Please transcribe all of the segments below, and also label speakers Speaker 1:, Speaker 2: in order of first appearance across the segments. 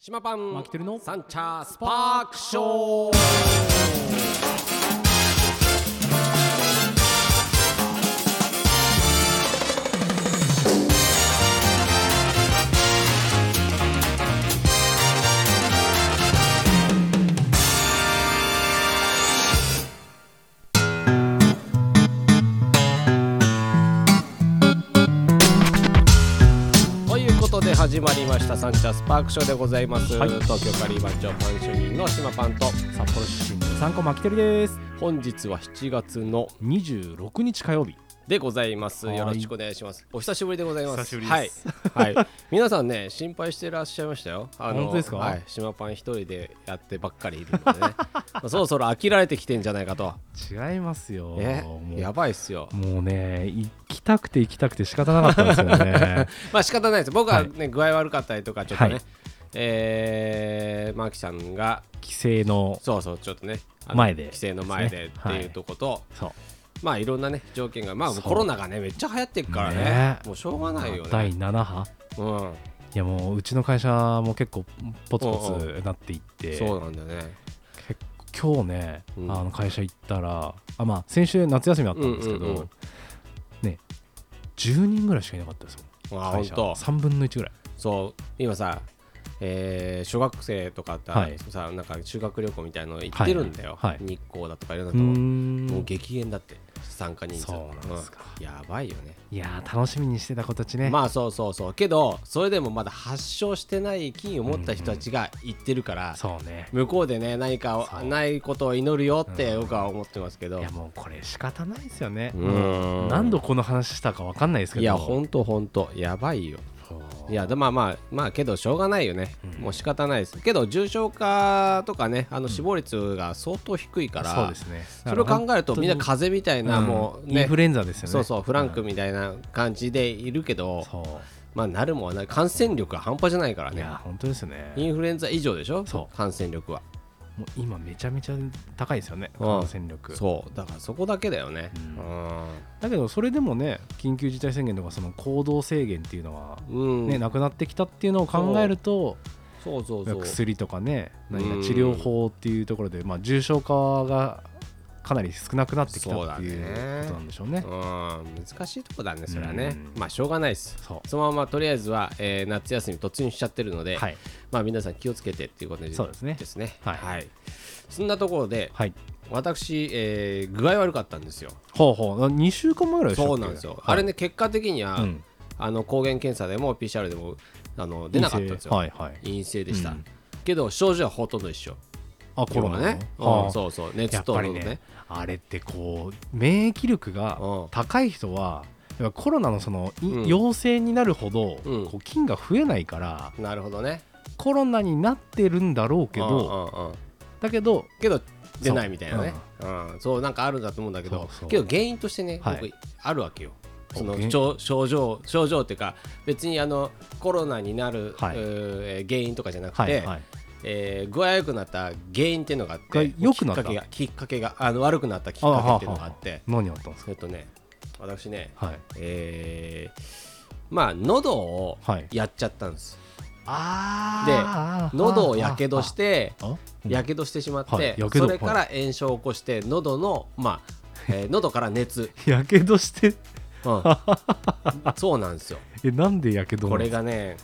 Speaker 1: 島パン
Speaker 2: マキテルの
Speaker 1: サンチャースパークショーということで始まりましたサンチャースパークショーでございます、
Speaker 2: はい
Speaker 1: 東京カリー番長パン主任の島パンと
Speaker 2: 札幌出身の参考マキテルです
Speaker 1: 本日は7月の
Speaker 2: 26日火曜日
Speaker 1: でございます。
Speaker 2: はい
Speaker 1: よろしくお願いします。お久しぶりでございます。
Speaker 3: 久しぶりです
Speaker 1: はい。はい。皆さんね、心配してらっしゃいましたよ。あ
Speaker 2: 本当ですか
Speaker 1: はい。島パン一人でやってばっかりいる のでね。まあそろそろ飽きられてきてんじゃないかと。
Speaker 2: 違いますよ
Speaker 1: え
Speaker 2: も、う
Speaker 1: やばいっすよ。
Speaker 2: もうね行きたくて行きたくて仕方なかったんですよ ね
Speaker 1: まあ仕方ないです。僕はね、具合悪かったりとか、ちょっとね、
Speaker 2: はい
Speaker 1: えー、マキさんが、
Speaker 2: 帰省の
Speaker 1: そうそう、ちょっとね、あの
Speaker 2: 前で
Speaker 1: 帰省の前で
Speaker 2: ですね
Speaker 1: っていうとこと、
Speaker 2: そ
Speaker 1: まあいろんなね、条件が、まあ
Speaker 2: そう
Speaker 1: コロナがね、めっちゃ流行ってるからね、
Speaker 2: ね
Speaker 1: もうしょうが
Speaker 2: う
Speaker 1: ないよ
Speaker 2: 第
Speaker 1: ね。
Speaker 2: 7波
Speaker 1: うん。
Speaker 2: いやもううちの会社も結構ポツポ
Speaker 1: うん
Speaker 2: ツなっていって
Speaker 1: そうなんだよね。
Speaker 2: 結構今日ね、
Speaker 1: うん
Speaker 2: あの会社行ったらあまあ先週夏休みだったんですけど、
Speaker 1: うんうんうん
Speaker 2: ね10人ぐらいしかいなかったですよ
Speaker 1: あ
Speaker 2: 会
Speaker 1: 本
Speaker 2: 社
Speaker 1: 当
Speaker 2: 3分の1ぐらい
Speaker 1: そう今さ、えー小学生とかって
Speaker 2: はい
Speaker 1: さなんか修学旅行みたいなの行ってるんだよ、
Speaker 2: はいはい
Speaker 1: 日光だとかいろんな
Speaker 2: う
Speaker 1: とこ、も
Speaker 2: ん
Speaker 1: う激減だって参加人数
Speaker 2: そうなんですか
Speaker 1: うんやばいよね
Speaker 2: いやー楽しみにしてた子たちね、
Speaker 1: まあそうそうそうけどそれでもまだ発症してない菌を持った人たちが行ってるから、
Speaker 2: そうね
Speaker 1: 向こうでね何か
Speaker 2: そう
Speaker 1: ないことを祈るよって僕は思ってますけど、
Speaker 2: いやもうこれ仕方ないですよね
Speaker 1: うん
Speaker 2: もう何度この話したか分かんないですけど
Speaker 1: いやほんとほんとやばいよいやでまあまあまあけどしょうがないよね、もう仕方ないですけど重症化とかねあの死亡率が相当低いから、
Speaker 2: そうですね
Speaker 1: それを考えるとみんな風邪みたいな、
Speaker 2: うん
Speaker 1: もう
Speaker 2: イ
Speaker 1: ね
Speaker 2: ンフルエンザですよね
Speaker 1: そうそうフランクみたいな感じでいるけど、
Speaker 2: そ
Speaker 1: まあなるもんはない感染力が半端じゃないから
Speaker 2: うい
Speaker 1: ね
Speaker 2: や本当ですね
Speaker 1: インフルエンザ以上でしょ
Speaker 2: そう
Speaker 1: 感染力は
Speaker 2: もう今めちゃめちゃ高いですよね
Speaker 1: うん
Speaker 2: 感染力
Speaker 1: そうだからそこだけだよね
Speaker 2: う
Speaker 1: う
Speaker 2: だけどそれでもね緊急事態宣言とかその行動制限っていうのは、
Speaker 1: ん、うん
Speaker 2: ねなくなってきたっていうのを考えると
Speaker 1: そうそうそう
Speaker 2: 薬とかね何
Speaker 1: うん
Speaker 2: か治療法っていうところで、まあ、重症化がかなり少なくなってき
Speaker 1: そう
Speaker 2: た
Speaker 1: だ
Speaker 2: って
Speaker 1: ね
Speaker 2: いうことなんでしょうね。
Speaker 1: うん難しいとこだねそれはね、
Speaker 2: うん
Speaker 1: まあしょうがないです
Speaker 2: そう
Speaker 1: そのままとりあえずは、えー夏休み突入しちゃってるので、
Speaker 2: はい、
Speaker 1: まあ皆さん気をつけてっていうことで
Speaker 2: そうですね
Speaker 1: ですね
Speaker 2: はい
Speaker 1: そんなところで
Speaker 2: はい、
Speaker 1: 私、えー具合悪かったんですよ
Speaker 2: ほうほう2週間前ぐらいでしたっ
Speaker 1: そ
Speaker 2: け
Speaker 1: うなんですよ、あれ、ね結果的には、
Speaker 2: はいうん
Speaker 1: あの抗原検査でも PCR でもあの出なかったんですよ
Speaker 2: 陰性はいはい、
Speaker 1: 陰性でした、
Speaker 2: うん
Speaker 1: けど症状はほとんど一緒
Speaker 2: あコロナの
Speaker 1: ね、
Speaker 2: は
Speaker 1: うん
Speaker 2: あ
Speaker 1: そうそう
Speaker 2: や
Speaker 1: 熱
Speaker 2: っ
Speaker 1: と
Speaker 2: ぱ
Speaker 1: の
Speaker 2: り
Speaker 1: ね
Speaker 2: ねあれってこう免疫力が
Speaker 1: うん
Speaker 2: 高い人はやっぱコロナのそのい
Speaker 1: うん
Speaker 2: 陽性になるほど
Speaker 1: うん
Speaker 2: こう菌が増えないから
Speaker 1: なるほどね
Speaker 2: コロナになってるんだろうけど
Speaker 1: うんうんうん
Speaker 2: だけど
Speaker 1: けど出ないみたいなねうん、そうなんかあるんだと思うんだけど
Speaker 2: そうそう
Speaker 1: けど原因としてね、
Speaker 2: はい
Speaker 1: 僕あるわけよその
Speaker 2: 原因
Speaker 1: 症症状症状っていうか別にあのコロナになる、
Speaker 2: はい
Speaker 1: えー原因とかじゃなくて、
Speaker 2: はいはい
Speaker 1: えー具合良くなった原因っていうのがあって
Speaker 2: が良くなっ
Speaker 1: きっ
Speaker 2: た
Speaker 1: かけがきっかけがあの悪くなったきっかけっていうのがあって
Speaker 2: 何やったんですか
Speaker 1: えっとね私ね
Speaker 2: はい
Speaker 1: えーまあ喉を
Speaker 2: はい
Speaker 1: やっちゃったんです、
Speaker 2: あ
Speaker 1: で喉をやけどして
Speaker 2: あ
Speaker 1: やけどしてしまって、
Speaker 2: はいやけ
Speaker 1: そ
Speaker 2: ど
Speaker 1: れから炎症を起こして喉のまあ、えー 喉から熱、
Speaker 2: やけどして
Speaker 1: うん、そうなんですよ
Speaker 2: えなんでやけど
Speaker 1: こ
Speaker 2: なんで
Speaker 1: れ
Speaker 2: すか
Speaker 1: がね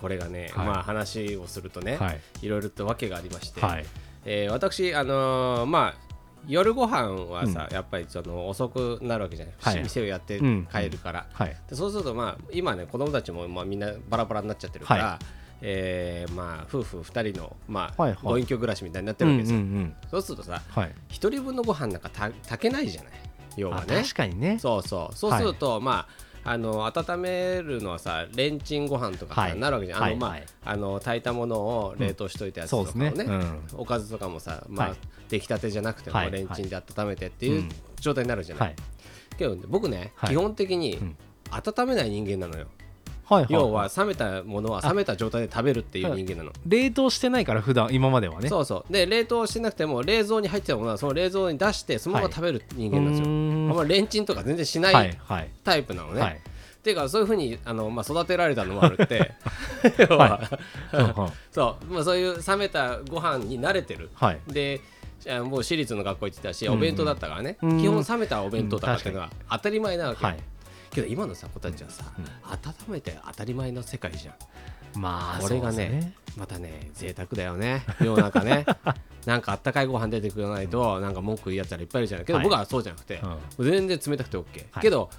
Speaker 1: これがね、
Speaker 2: はい
Speaker 1: まあ話をするとね、
Speaker 2: はいい、
Speaker 1: ろいろと訳がありまして、
Speaker 2: はい
Speaker 1: えー私あのーまあ夜ご飯はさ、やっぱりその遅くなるわけじゃない、
Speaker 2: はい
Speaker 1: 店をやって
Speaker 2: うん
Speaker 1: 帰るから、
Speaker 2: はい
Speaker 1: でそうするとまあ今ね子供たちもまあみんなバラバラになっちゃってるから、
Speaker 2: は
Speaker 1: えーまあ、夫婦2人の、まあ
Speaker 2: はいはい
Speaker 1: ご隠居暮らしみたいになって
Speaker 2: う
Speaker 1: る
Speaker 2: ん
Speaker 1: わ
Speaker 2: うん
Speaker 1: けです
Speaker 2: う
Speaker 1: よ、
Speaker 2: ん
Speaker 1: そうするとさ
Speaker 2: はい
Speaker 1: 1人分のご飯なんかた炊けないじゃない要は
Speaker 2: あ
Speaker 1: ね
Speaker 2: 確かにね
Speaker 1: そうそうそうすると、まああの温めるのはさレンチンご飯とかさ、
Speaker 2: はい
Speaker 1: なるわけじゃんあ
Speaker 2: はい
Speaker 1: の、まあ
Speaker 2: はい
Speaker 1: あの炊いたものを冷凍しといたやつ
Speaker 2: そ
Speaker 1: と
Speaker 2: うで
Speaker 1: か
Speaker 2: す
Speaker 1: をね,、
Speaker 2: ねうん
Speaker 1: おかずとかもさ、まあ
Speaker 2: はい
Speaker 1: 出来たてじゃなくても、
Speaker 2: はい
Speaker 1: レンチンで温めてっていう
Speaker 2: は
Speaker 1: う
Speaker 2: いうん
Speaker 1: 状態になるじゃない、
Speaker 2: はい
Speaker 1: けどね僕ね、
Speaker 2: はい
Speaker 1: 基本的に
Speaker 2: うん
Speaker 1: 温めない人間なのよ、
Speaker 2: はいはい
Speaker 1: 要は冷めたものは冷めた状態で食べるっていう人間なの、
Speaker 2: 冷凍してないから普段今まではね
Speaker 1: そうそうで冷凍してなくても冷蔵に入ってたものはその冷蔵に出してそのまま食べる人間なんですよ、
Speaker 2: うーん
Speaker 1: あんまレンチンとか全然しな
Speaker 2: はいいはい
Speaker 1: タイプなのね、
Speaker 2: はい
Speaker 1: っていうかそういうふうにあの、まあ、育てられたのもあるって 要は、
Speaker 2: うんうん
Speaker 1: そうまあ、そういう冷めたご飯に慣れてる
Speaker 2: はい
Speaker 1: であもう私立の学校行ってたし
Speaker 2: うんう
Speaker 1: お
Speaker 2: ん
Speaker 1: 弁当だったからね、
Speaker 2: うん
Speaker 1: 基本冷めたお弁当とかっていうのは当たり前なわけよ、
Speaker 2: はい
Speaker 1: けど今のさ子たちはさ、
Speaker 2: うん
Speaker 1: 温めて当たり前の世界じゃん
Speaker 2: まあ
Speaker 1: これがね
Speaker 2: そうです
Speaker 1: またね贅沢だよね世の中 ねなんかあったかいご飯出てくれないとなんか文句言うやつらいっぱいいるじゃないけど、
Speaker 2: はい
Speaker 1: 僕はそうじゃなくて、全然冷たくて OK、
Speaker 2: はい
Speaker 1: けど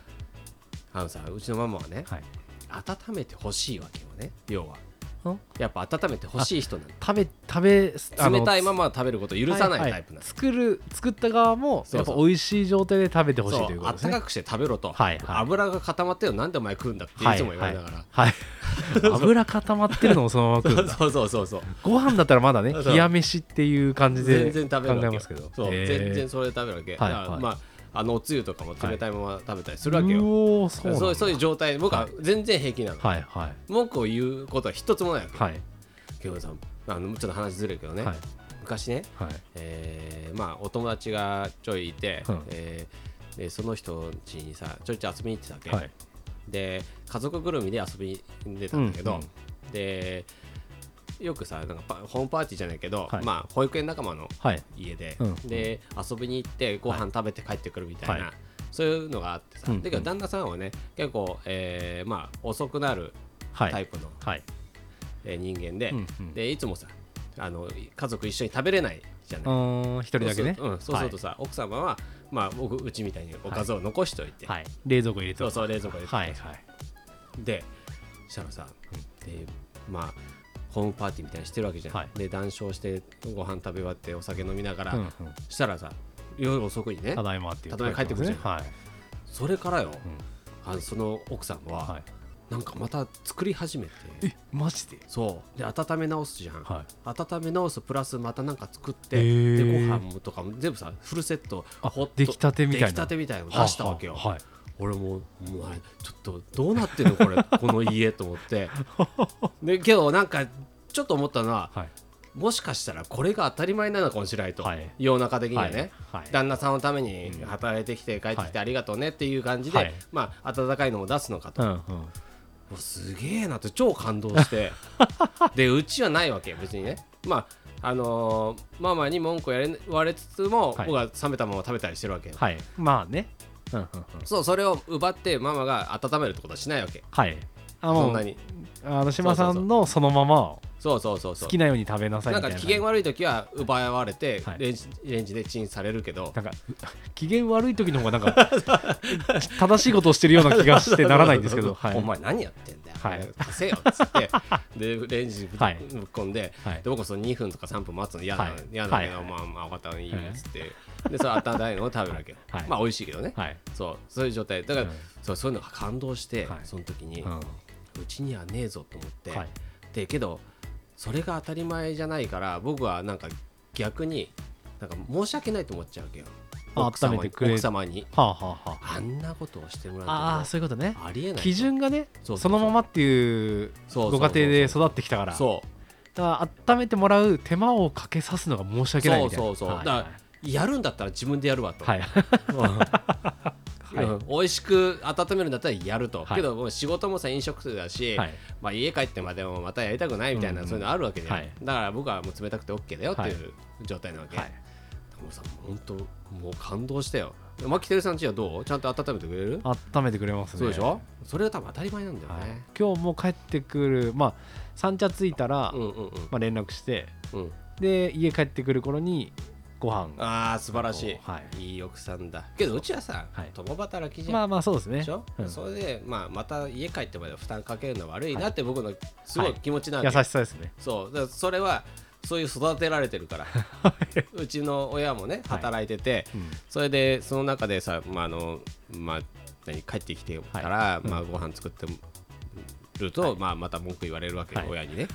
Speaker 1: あのさうちのママはね、
Speaker 2: はい
Speaker 1: 温めてほしいわけよね要は
Speaker 2: うん
Speaker 1: やっぱ温めてほしい人なんだ
Speaker 2: 食べ食べあ の
Speaker 1: 冷たいまま食べることを許さないタイプなんで
Speaker 2: はは
Speaker 1: す、
Speaker 2: 作る作った側も
Speaker 1: そ
Speaker 2: や
Speaker 1: う
Speaker 2: っ
Speaker 1: そ
Speaker 2: ぱ
Speaker 1: う
Speaker 2: 美味しい状態で食べてほしい
Speaker 1: そ
Speaker 2: という
Speaker 1: う
Speaker 2: ことですね
Speaker 1: 温かくして食べろと、
Speaker 2: はいはい
Speaker 1: 油が固まってるのなんでお前食うんだっていつも言われながら、
Speaker 2: はい はい油固まってるのをそのまま食うんだ
Speaker 1: そうそうそうそう
Speaker 2: ご飯だったらまだね
Speaker 1: そう
Speaker 2: 冷や飯っていう感じで
Speaker 1: 全
Speaker 2: 考
Speaker 1: 然食べ
Speaker 2: え
Speaker 1: るわけよ
Speaker 2: ますけど
Speaker 1: そう、
Speaker 2: へー
Speaker 1: 全然それで食べるわけ、
Speaker 2: はい
Speaker 1: だから
Speaker 2: はい
Speaker 1: まああのおつゆとかも冷たいまま食べたりするわけよ、
Speaker 2: うおーそうなんだ
Speaker 1: そうそういう状態僕は
Speaker 2: はい
Speaker 1: 全然平気なの、
Speaker 2: はいはい
Speaker 1: 文句を言うことは一つもないわけ、
Speaker 2: はい
Speaker 1: けどさあのちょっと話ずれるけどね、
Speaker 2: はい
Speaker 1: 昔ね、
Speaker 2: はい
Speaker 1: えーまあ、お友達がちょいいて、
Speaker 2: うん
Speaker 1: えーでその人家にさちょいちょい遊びに行ってたわけ、
Speaker 2: はい
Speaker 1: で家族ぐるみで遊びに出たんだけど、
Speaker 2: うん
Speaker 1: でよくさなんかパホームパーティーじゃないけど、
Speaker 2: はい
Speaker 1: まあ、保育園仲間の
Speaker 2: はい
Speaker 1: 家で、
Speaker 2: うん
Speaker 1: で遊びに行ってご飯食べて帰ってくるみたいな、
Speaker 2: はい
Speaker 1: そういうのがあってさ、
Speaker 2: うん
Speaker 1: だけど旦那さんはね結構、えーまあ、遅くなる
Speaker 2: は
Speaker 1: タイ
Speaker 2: い
Speaker 1: プの、
Speaker 2: はい
Speaker 1: えー人間で,、
Speaker 2: うんうん
Speaker 1: でいつもさあの家族一緒に食べれないじゃ
Speaker 2: う
Speaker 1: ない。
Speaker 2: ーん一人だけね
Speaker 1: そうするとうん、そうするとさ、奥様は、まあ、僕うちみたいにおかずを残しておいて、
Speaker 2: はい冷蔵庫入れて
Speaker 1: そうそう冷蔵庫で、
Speaker 2: はいはい
Speaker 1: でしたらさ、でまあホームパーティーみたいにしてるわけじゃん、
Speaker 2: はい
Speaker 1: で談笑してご飯食べ終わってお酒飲みながら、
Speaker 2: うんうん
Speaker 1: したらさ夜遅くにね
Speaker 2: ただいまっていう
Speaker 1: ただいま帰ってくるじゃん
Speaker 2: はい
Speaker 1: それからよ、あのその奥さんは、
Speaker 2: はい
Speaker 1: なんかまた作り始めて
Speaker 2: えマジで
Speaker 1: そうで温め直すじゃん、
Speaker 2: はい
Speaker 1: 温め直すプラスまたなんか作って
Speaker 2: へ
Speaker 1: でご
Speaker 2: ー
Speaker 1: 飯もとかも全部さフルセット
Speaker 2: あ
Speaker 1: ホット
Speaker 2: 出来たてみたいな
Speaker 1: 出来たてみたいなの出したわけよ、
Speaker 2: はい
Speaker 1: 俺もお前ちょっとどうなってんのこれこの家と思 ってでけどなんかちょっと思ったのは
Speaker 2: はい
Speaker 1: もしかしたらこれが当たり前なのかもしれないと、
Speaker 2: はい
Speaker 1: 世の中的にはね、
Speaker 2: はいはい
Speaker 1: 旦那さんのために働いてきて帰ってきてありがとうねっていう感じで、
Speaker 2: はい
Speaker 1: まあ温かいのも出すのかと、
Speaker 2: うんうん
Speaker 1: もうすげえなって超感動して でうちはないわけ別にねまああのーママに文句をやれ言われつつも、
Speaker 2: はい
Speaker 1: 僕は冷めたまま食べたりしてるわけよ、
Speaker 2: はいまあねうんうんうん
Speaker 1: そうそれを奪ってママが温めるってことはしないわけ
Speaker 2: はいあ
Speaker 1: そ
Speaker 2: も
Speaker 1: んな
Speaker 2: う
Speaker 1: に
Speaker 2: あの島さんのそのままを
Speaker 1: そうそうそうそ
Speaker 2: 好
Speaker 1: う
Speaker 2: きなように食べなさい
Speaker 1: なん
Speaker 2: みたい
Speaker 1: か
Speaker 2: な
Speaker 1: 機嫌悪い時は奪われて、
Speaker 2: はい
Speaker 1: レンジレンジでチンされるけど
Speaker 2: なんか機嫌悪い時の方がなんか正しいことをしてるような気がしてならない んですけどはい
Speaker 1: お前何やってんだよ、
Speaker 2: はい
Speaker 1: 出せよっつって でレンジぶっ
Speaker 2: はい
Speaker 1: ぶっ込んで,、
Speaker 2: はい
Speaker 1: で僕はその2分とか3分待つの嫌だ,、
Speaker 2: はい
Speaker 1: 嫌だけど、
Speaker 2: はい
Speaker 1: まあまあ分かったいいよっつって、でそれ温かいのを食べるわけよ、
Speaker 2: はい
Speaker 1: まあ美味しいけどね、
Speaker 2: はい
Speaker 1: そうそういう状態だから、
Speaker 2: うん
Speaker 1: そうそういうのが感動して、
Speaker 2: はい
Speaker 1: その時に、
Speaker 2: う
Speaker 1: うん
Speaker 2: は
Speaker 1: ちにはねえぞと思って、
Speaker 2: い
Speaker 1: でけどそれが当たり前じゃないから僕はなんか逆になんか申し訳ないと思っちゃうわけよ
Speaker 2: あ
Speaker 1: 奥様
Speaker 2: 温め
Speaker 1: に
Speaker 2: てくれ
Speaker 1: 奥様に
Speaker 2: はあはあは
Speaker 1: あんなことをしても
Speaker 2: ああ
Speaker 1: ら
Speaker 2: あ
Speaker 1: って
Speaker 2: そういうことね
Speaker 1: もありえない
Speaker 2: 基準がね
Speaker 1: そうそうそう
Speaker 2: そのままっていう
Speaker 1: そうそ
Speaker 2: ご
Speaker 1: うそ
Speaker 2: 家
Speaker 1: う
Speaker 2: 庭で育ってきたから
Speaker 1: そう
Speaker 2: だから温めてもらう手間をかけさすのが申し訳ないみたいな
Speaker 1: そうそうそう、
Speaker 2: はい
Speaker 1: だからやるんだったら自分でやるわと、
Speaker 2: はい
Speaker 1: うんうん美味しく温めるんだったらやると、
Speaker 2: はい
Speaker 1: けどもう仕事もさ飲食店だし、
Speaker 2: はい
Speaker 1: まあ、家帰ってまでもまたやりたくないみたいな、
Speaker 2: うんうん
Speaker 1: そういうのあるわけで、
Speaker 2: はい
Speaker 1: だから僕はもう冷たくて OK だよって
Speaker 2: はい
Speaker 1: いう状態なわけ、
Speaker 2: はい
Speaker 1: もうさ本当もう感動したよ牧輝さんちはどうちゃんと温めてくれる
Speaker 2: 温めてくれますね
Speaker 1: そうでしょそれが多分当たり前なんだよ
Speaker 2: はい
Speaker 1: ね、
Speaker 2: 今日もう帰ってくるまあ三茶着いたら、
Speaker 1: うんうんうん
Speaker 2: まあ、連絡して
Speaker 1: うん
Speaker 2: で家帰ってくる頃にご飯
Speaker 1: ああ素晴らしい、、
Speaker 2: はい
Speaker 1: い奥さんだけどうちはさ、
Speaker 2: はい
Speaker 1: 共働きじゃん、
Speaker 2: まあまあそうですね
Speaker 1: でしょ、
Speaker 2: うん
Speaker 1: それで、まあ、また家帰ってまで負担かけるのは悪いなって僕のすごい気持ちなんで、
Speaker 2: 優しさですね
Speaker 1: そうだからそれはそういう育てられてるからうちの親もね
Speaker 2: はい
Speaker 1: 働いてて、
Speaker 2: うん
Speaker 1: それでその中でさ、まああのまあ、何帰ってきてから、まあ、ご飯作ってると、まあ、また文句言われるわけよ、
Speaker 2: はい
Speaker 1: 親にね、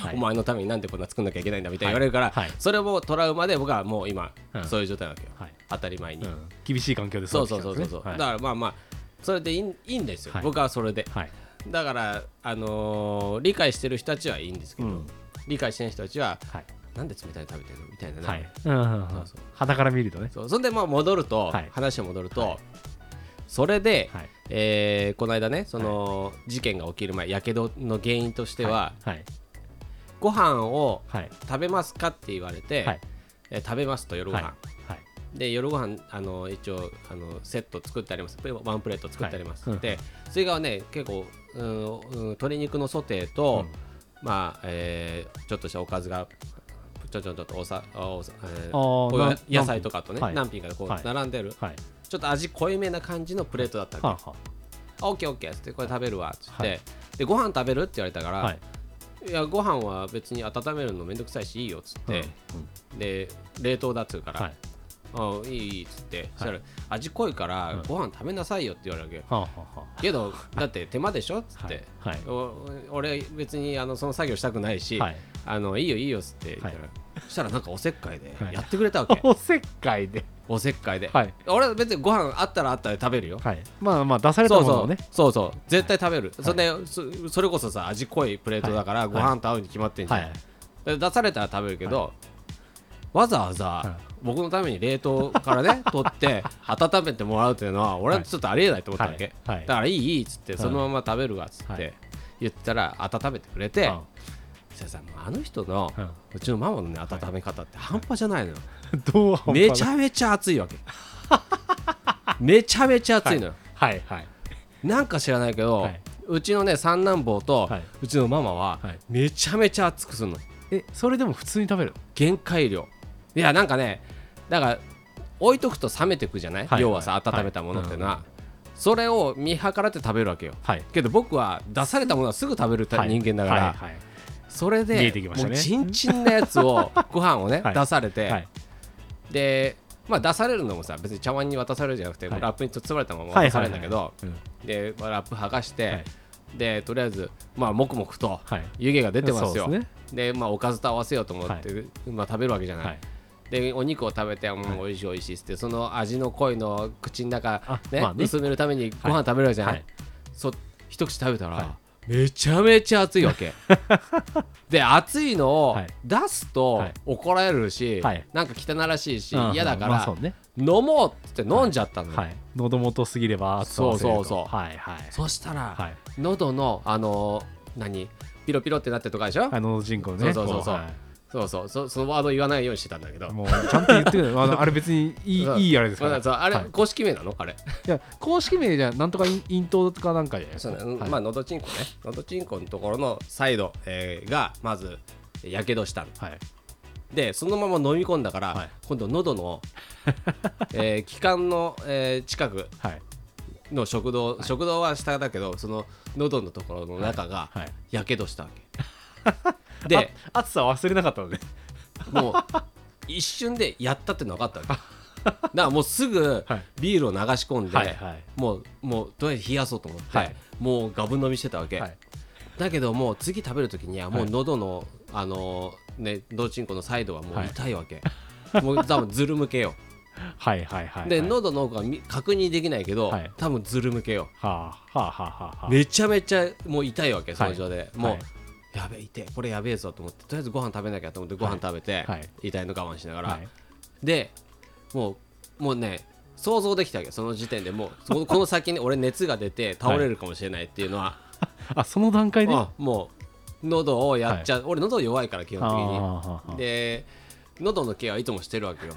Speaker 2: はい
Speaker 1: お前のためになんでこんな作んなきゃいけないんだみたいに言われるから、
Speaker 2: はいはい
Speaker 1: それもトラウマで僕はもう今、
Speaker 2: うん
Speaker 1: そういう状態なわけよ、
Speaker 2: はい
Speaker 1: 当たり前に。
Speaker 2: うん厳しい環境で育
Speaker 1: そ
Speaker 2: っ
Speaker 1: う
Speaker 2: てきた
Speaker 1: そ
Speaker 2: ん
Speaker 1: うそう
Speaker 2: で
Speaker 1: そ
Speaker 2: す
Speaker 1: う
Speaker 2: ね
Speaker 1: そう、
Speaker 2: はい
Speaker 1: だからまあまあそれでいいいいんですよ、
Speaker 2: はい
Speaker 1: 僕はそれで
Speaker 2: はい
Speaker 1: だからあのー理解してる人たちはいいんですけど、
Speaker 2: うん
Speaker 1: 理解してない人たちは
Speaker 2: はい
Speaker 1: なんで冷たいの食べてるのみたいなね、
Speaker 2: はいうんうんうん
Speaker 1: そうそう
Speaker 2: 肌から見るとね
Speaker 1: そうそんでまあ戻ると、
Speaker 2: はい
Speaker 1: 話が戻ると、
Speaker 2: はい
Speaker 1: それで、
Speaker 2: はい
Speaker 1: えーこの間ねその、事件が起きる前やけどの原因としては、
Speaker 2: はい
Speaker 1: ご飯を
Speaker 2: はい
Speaker 1: 食べますかって言われて、
Speaker 2: はい
Speaker 1: えー食べますと夜ご飯、
Speaker 2: はいはい
Speaker 1: で夜ご飯あの一応あのセット作ってありますプレワンプレート作ってあります、
Speaker 2: はい
Speaker 1: でそれがね結構、うんうん、鶏肉のソテーと、まあ、えーちょっとしたおかずがちょちょちょっとおさおさ、えー
Speaker 2: あー
Speaker 1: こういう
Speaker 2: な
Speaker 1: 野菜とかとね
Speaker 2: 何品は
Speaker 1: 何品
Speaker 2: い
Speaker 1: かこ
Speaker 2: はいう
Speaker 1: 並んでる、
Speaker 2: はい
Speaker 1: ちょっと味濃いめな感じのプレートだったんで、
Speaker 2: はあは
Speaker 1: あオッケーオッケーっつってこれ食べるわっつって、
Speaker 2: はい
Speaker 1: でご飯食べるって言われたか
Speaker 2: あ
Speaker 1: ら、
Speaker 2: はい
Speaker 1: い、やご飯は別に温めるのめんどくさいしいいよっつって、で冷凍だっつうから、
Speaker 2: はい
Speaker 1: あいいいいっつってそしたら味濃いからご飯食べなさいよって言われるわけ
Speaker 2: はあはあは
Speaker 1: けどだって手間でしょっつっ
Speaker 2: あ
Speaker 1: て、
Speaker 2: はい
Speaker 1: お俺別にあのその作業したくないし、
Speaker 2: はい
Speaker 1: あのいいよいいよっつって言ったら、
Speaker 2: はい
Speaker 1: そしたらなんかおせっかいで
Speaker 2: はい
Speaker 1: やってくれたわけ、
Speaker 2: おせっかいで
Speaker 1: おせっかいで、
Speaker 2: はい
Speaker 1: 俺は別にご飯あったらあったで食べるよ、
Speaker 2: はいまあまあ出された
Speaker 1: そう
Speaker 2: も
Speaker 1: そ
Speaker 2: のを
Speaker 1: う、
Speaker 2: ね
Speaker 1: そうそう絶対食べる、それでそそれこそさ味濃いプレートだから、
Speaker 2: い
Speaker 1: ご飯と合うに決まってんじゃん、
Speaker 2: はい
Speaker 1: で出されたら食べるけど、わざわざ
Speaker 2: い
Speaker 1: 僕のために冷凍から ね取って温めてもらうっていうのは俺はちょっとありえないと思ったわけ、
Speaker 2: はいはい
Speaker 1: だからいいいいっつって
Speaker 2: ん
Speaker 1: そのまま食べるわっつっ
Speaker 2: はい
Speaker 1: て言ったら温めてくれて、そしたらさもうあの人の、
Speaker 2: う
Speaker 1: うんちのママのね温め方って半端じゃないのよ、
Speaker 2: どう
Speaker 1: めち
Speaker 2: ゃ
Speaker 1: ゃめちゃ熱いわけめちゃめちゃ熱いのよ、
Speaker 2: はいはい
Speaker 1: なんか知らないけど、
Speaker 2: はいう
Speaker 1: ちのね三男坊と、
Speaker 2: はいう
Speaker 1: ちのママは、
Speaker 2: はい
Speaker 1: めちゃめちゃ熱くするの
Speaker 2: えそれでも普通に食べる
Speaker 1: 限界量いやなんかねだから置いとくと冷めてくじゃない、
Speaker 2: はい
Speaker 1: 要はさ
Speaker 2: はい
Speaker 1: 温めたものっていうのは、それを見計らって食べるわけよ
Speaker 2: はい
Speaker 1: けど僕は出されたものはすぐ食べるタ
Speaker 2: はい
Speaker 1: 人間だから、
Speaker 2: はいはい
Speaker 1: それ
Speaker 2: 見
Speaker 1: で
Speaker 2: えてきまし
Speaker 1: も
Speaker 2: たね
Speaker 1: うちんちんなやつをご飯をね、
Speaker 2: はい
Speaker 1: 出されて、
Speaker 2: はい
Speaker 1: でまあ出されるのもさ別に茶碗に渡されるじゃなくて、
Speaker 2: はい
Speaker 1: ラップに包まれたまま渡されるんだけど、
Speaker 2: はいはい
Speaker 1: でまあラップ剥がして、
Speaker 2: はい
Speaker 1: でとりあえずまあもくもくと
Speaker 2: はい
Speaker 1: 湯気が出てますよ、
Speaker 2: そうです
Speaker 1: でまあおかずと合わせようと思って、まあ食べるわけじゃない、
Speaker 2: はい
Speaker 1: でお肉を食べて、うん、おいしいおいしいっつってその味の濃いのを口の
Speaker 2: あ
Speaker 1: 中、ね
Speaker 2: まあね
Speaker 1: 薄めるためにご飯食べるわけじゃない、
Speaker 2: はい
Speaker 1: そ一口食べたら、
Speaker 2: は
Speaker 1: めちゃめちゃ熱いわ けで熱いのを
Speaker 2: はい
Speaker 1: 出すと
Speaker 2: はい
Speaker 1: 怒られるし、
Speaker 2: はい
Speaker 1: なんか汚らしいし、
Speaker 2: うん
Speaker 1: 嫌だから、
Speaker 2: まあそうね
Speaker 1: 飲もうっつって飲んじゃったのよ、
Speaker 2: はい喉元すぎれば熱を忘れると
Speaker 1: そうそうそう
Speaker 2: はいはい
Speaker 1: そしたら、
Speaker 2: はい
Speaker 1: 喉のあのー何ピロピロってなってるとかでしょ、
Speaker 2: あの人口ね
Speaker 1: そうそうそうそう
Speaker 2: こは
Speaker 1: そうそうそそのワード言わないようにしてたんだけど
Speaker 2: いもうちゃんと言ってくれよあのあれ別に い
Speaker 1: うん
Speaker 2: いいいあれですから
Speaker 1: そうあれ、
Speaker 2: はい
Speaker 1: 公式名なのあれ
Speaker 2: いや公式名じゃなんとか陰頭かなんかじゃないです
Speaker 1: そうね
Speaker 2: か
Speaker 1: うん
Speaker 2: はい
Speaker 1: まあのどちんこねのどちんこのところのサイド、えーがまずやけどしたの
Speaker 2: はい
Speaker 1: でそのまま飲み込んだから、
Speaker 2: はい
Speaker 1: 今度喉 の、えー、気管の、えー近く
Speaker 2: はい
Speaker 1: の食道、食道は下だけどその喉のところの中が
Speaker 2: はい
Speaker 1: やけどしたわけ、で
Speaker 2: あ暑さ忘れなかったのね
Speaker 1: もう一瞬でやったっての分かったわけだからもうすぐ
Speaker 2: はい
Speaker 1: ビールを流し込んで、
Speaker 2: はいはい
Speaker 1: もうもうとりあえず冷やそうと思って、
Speaker 2: はい
Speaker 1: もうガブ飲みしてたわけ、
Speaker 2: はい
Speaker 1: だけどもう次食べる時にはもう
Speaker 2: はい
Speaker 1: 喉の、あのねどちんこのサイドはも
Speaker 2: は
Speaker 1: う
Speaker 2: い
Speaker 1: 痛いわけ、 もう多分ずるむけよ
Speaker 2: はいはいはい
Speaker 1: で
Speaker 2: はい
Speaker 1: 喉の奥はみ確認できないけど、
Speaker 2: はい
Speaker 1: 多分ずるむけよ
Speaker 2: はあはあはあはあ
Speaker 1: めちゃめちゃもう痛いわけそ
Speaker 2: はい
Speaker 1: の状態で、もう、
Speaker 2: はい
Speaker 1: やべえ痛いこれやべえぞと思ってとりあえずご飯食べなきゃと思ってご飯食べて、
Speaker 2: はい
Speaker 1: 痛いの我慢しながら、
Speaker 2: はい
Speaker 1: でもうもうね想像できたわけその時点でもうそ ここの先に俺熱が出て倒れるかもしれないっていうのは、
Speaker 2: あその段階で
Speaker 1: あもう喉をやっちゃう、俺喉弱いから基
Speaker 2: あー
Speaker 1: 本
Speaker 2: はあ
Speaker 1: 的
Speaker 2: はあ
Speaker 1: にで喉のケアいつもしてるわ けよ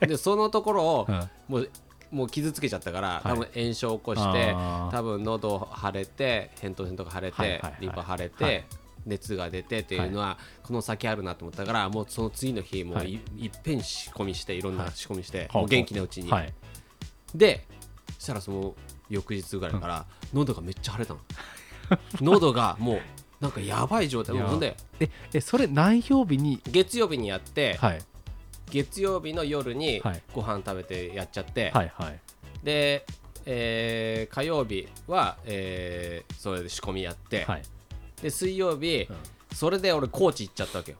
Speaker 1: でそのところを、
Speaker 2: うん
Speaker 1: もうもう傷つけちゃったから、多分炎症を起こして
Speaker 2: あー
Speaker 1: 多分喉腫れて扁桃腺とか腫れて、
Speaker 2: はいはいはい
Speaker 1: リンパ腫れて、
Speaker 2: はい
Speaker 1: 熱が出てっていうのは、この先あるなと思ったからもうその次の日もうい,、
Speaker 2: はい
Speaker 1: い、っぺん仕込みしていろんな仕込みして、
Speaker 2: はあ
Speaker 1: もう元気なうちに、
Speaker 2: はい
Speaker 1: でそしたらその翌日ぐらいから喉がめっちゃ腫れたの喉がもうなんかやばい状態
Speaker 2: いや
Speaker 1: ほんで
Speaker 2: ええそれ何曜日に
Speaker 1: 月曜日にやって、
Speaker 2: はい
Speaker 1: 月曜日の夜に
Speaker 2: はい
Speaker 1: ご飯食べてやっちゃって、
Speaker 2: はいはい
Speaker 1: で、えー火曜日は、えーそれで仕込みやって、
Speaker 2: はい
Speaker 1: で水曜日、
Speaker 2: うん
Speaker 1: それで俺コーチ行っちゃったわけよ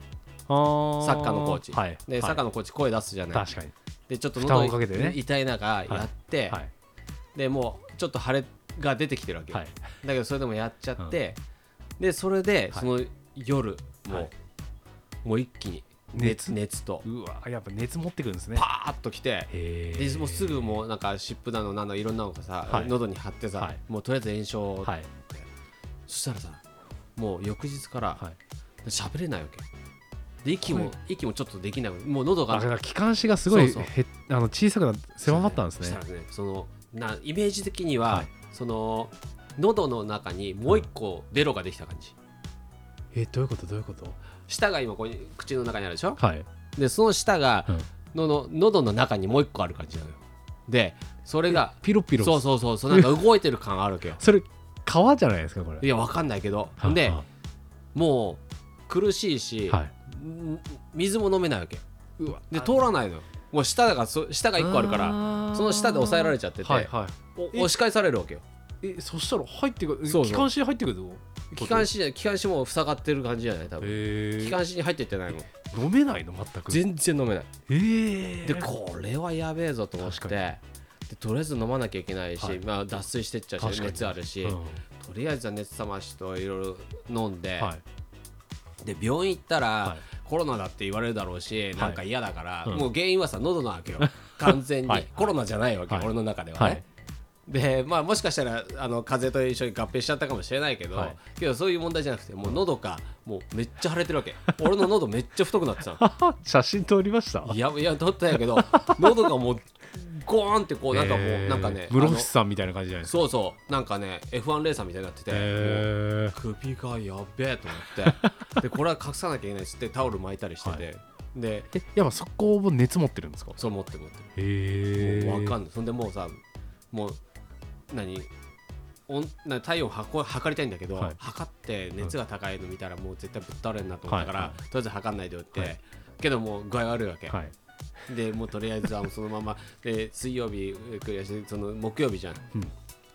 Speaker 2: あー
Speaker 1: サッカーのコーチ、
Speaker 2: はい
Speaker 1: で
Speaker 2: はい
Speaker 1: サッカーのコーチ声出すじゃない、
Speaker 2: 確かに
Speaker 1: でちょっと
Speaker 2: 負
Speaker 1: 喉
Speaker 2: 担をかけてね
Speaker 1: 痛い中やって、
Speaker 2: はい
Speaker 1: でもうちょっと腫れが出てきてるわけよ、
Speaker 2: はい
Speaker 1: だけどそれでもやっちゃって、でそれで
Speaker 2: はい
Speaker 1: その夜、もう、
Speaker 2: はい
Speaker 1: もう一気に熱熱と
Speaker 2: うわやっぱ熱持ってくるんですね
Speaker 1: パーッときて
Speaker 2: へ
Speaker 1: でもうすぐもうなんか湿布なのなのいろんなのがさ、
Speaker 2: はい
Speaker 1: 喉に張ってさ、
Speaker 2: はい
Speaker 1: もうとりあえず炎症、
Speaker 2: はい
Speaker 1: そしたらさもう翌日から
Speaker 2: はい
Speaker 1: 喋れないわけで息
Speaker 2: は
Speaker 1: も
Speaker 2: い
Speaker 1: 息もちょっとできないもう喉
Speaker 2: あだか
Speaker 1: が
Speaker 2: ら気管支がすごい
Speaker 1: そうそう
Speaker 2: へっあの小さくな狭まったんです
Speaker 1: そ
Speaker 2: ね
Speaker 1: したらねそのなイメージ的には、
Speaker 2: はい
Speaker 1: その喉の中にもう一個ベロができた感じ、
Speaker 2: えどういうことどういうこと
Speaker 1: 舌が今こう口の中にあるでしょ
Speaker 2: はい
Speaker 1: でその舌が
Speaker 2: うん
Speaker 1: のの喉の中にもう一個ある感じなのよでそれが
Speaker 2: ピロピロ
Speaker 1: そうそうそうそうなんか動いてる感あるわけよ
Speaker 2: それ皮じゃないですかこれ
Speaker 1: いやわかんないけど
Speaker 2: は
Speaker 1: で
Speaker 2: は
Speaker 1: もう苦しいし、
Speaker 2: はい
Speaker 1: ん水も飲めないわけ
Speaker 2: うわ
Speaker 1: で通らないのよもう舌がそ舌が1個あるから
Speaker 2: ら
Speaker 1: その下で押さえられちゃってて
Speaker 2: はいは
Speaker 1: お押し返されるわけよ
Speaker 2: いえそしたら入ってくる
Speaker 1: そうそう
Speaker 2: 気管支入ってくるぞ
Speaker 1: 気管支じゃ気管支も塞がってる感じじゃない多分
Speaker 2: へ
Speaker 1: 気
Speaker 2: え
Speaker 1: 管支に入ってってないもん
Speaker 2: 飲めないの全く
Speaker 1: 全然飲めない
Speaker 2: ええ
Speaker 1: でこれはやべえぞと思って
Speaker 2: 確か
Speaker 1: でとりあえず飲まなきゃいけないし、
Speaker 2: はい
Speaker 1: まあ、脱水してっちゃう
Speaker 2: 確
Speaker 1: し
Speaker 2: かに
Speaker 1: 熱あるし、
Speaker 2: うん
Speaker 1: とりあえずは熱冷ましといろいろ飲んで、
Speaker 2: はい
Speaker 1: で病院行ったら、
Speaker 2: は
Speaker 1: コロナだって言われるだろうし、なんか嫌だから、
Speaker 2: うん
Speaker 1: もう原因はさ喉なわ けよ完全に、
Speaker 2: はい
Speaker 1: コロナじゃないわけ、
Speaker 2: はい
Speaker 1: 俺の中ではね、
Speaker 2: はい
Speaker 1: でまあもしかしたらあの風邪と一緒に合併しちゃったかもしれないけど、
Speaker 2: はい
Speaker 1: けどそういう問題じゃなくてもう喉がもうめっちゃ腫れてる わけ俺の喉めっちゃ太くなってたの
Speaker 2: 写真撮りました
Speaker 1: いやいや撮ったんやけ ど喉がもうゴーンってこうなんかも
Speaker 2: へ
Speaker 1: う
Speaker 2: ー
Speaker 1: なんかね
Speaker 2: 室伏さんみたいな感じじゃない
Speaker 1: あの
Speaker 2: ですか
Speaker 1: そうそうなんかね F1 レーサーみたいになってて、もう
Speaker 2: へー
Speaker 1: 首がやべえと思ってでこれは隠さなきゃいけないっつってタオル巻いたりしてて、で
Speaker 2: えやっぱそこも熱持ってるんですか
Speaker 1: それ持って持ってる
Speaker 2: へえ
Speaker 1: もう分かんないそんでもうさもう何温な体温はこ測りたいんだけど、
Speaker 2: はい
Speaker 1: 測って熱が高いの見たらもう絶対ぶっ倒れるなと思ったから、
Speaker 2: はいはい
Speaker 1: とりあえず測んないでおって、
Speaker 2: はい
Speaker 1: けどもう具合悪いわけ、
Speaker 2: はい
Speaker 1: でもうとりあえずはもうそのままで水曜日クリアしてその木曜日じゃん
Speaker 2: うん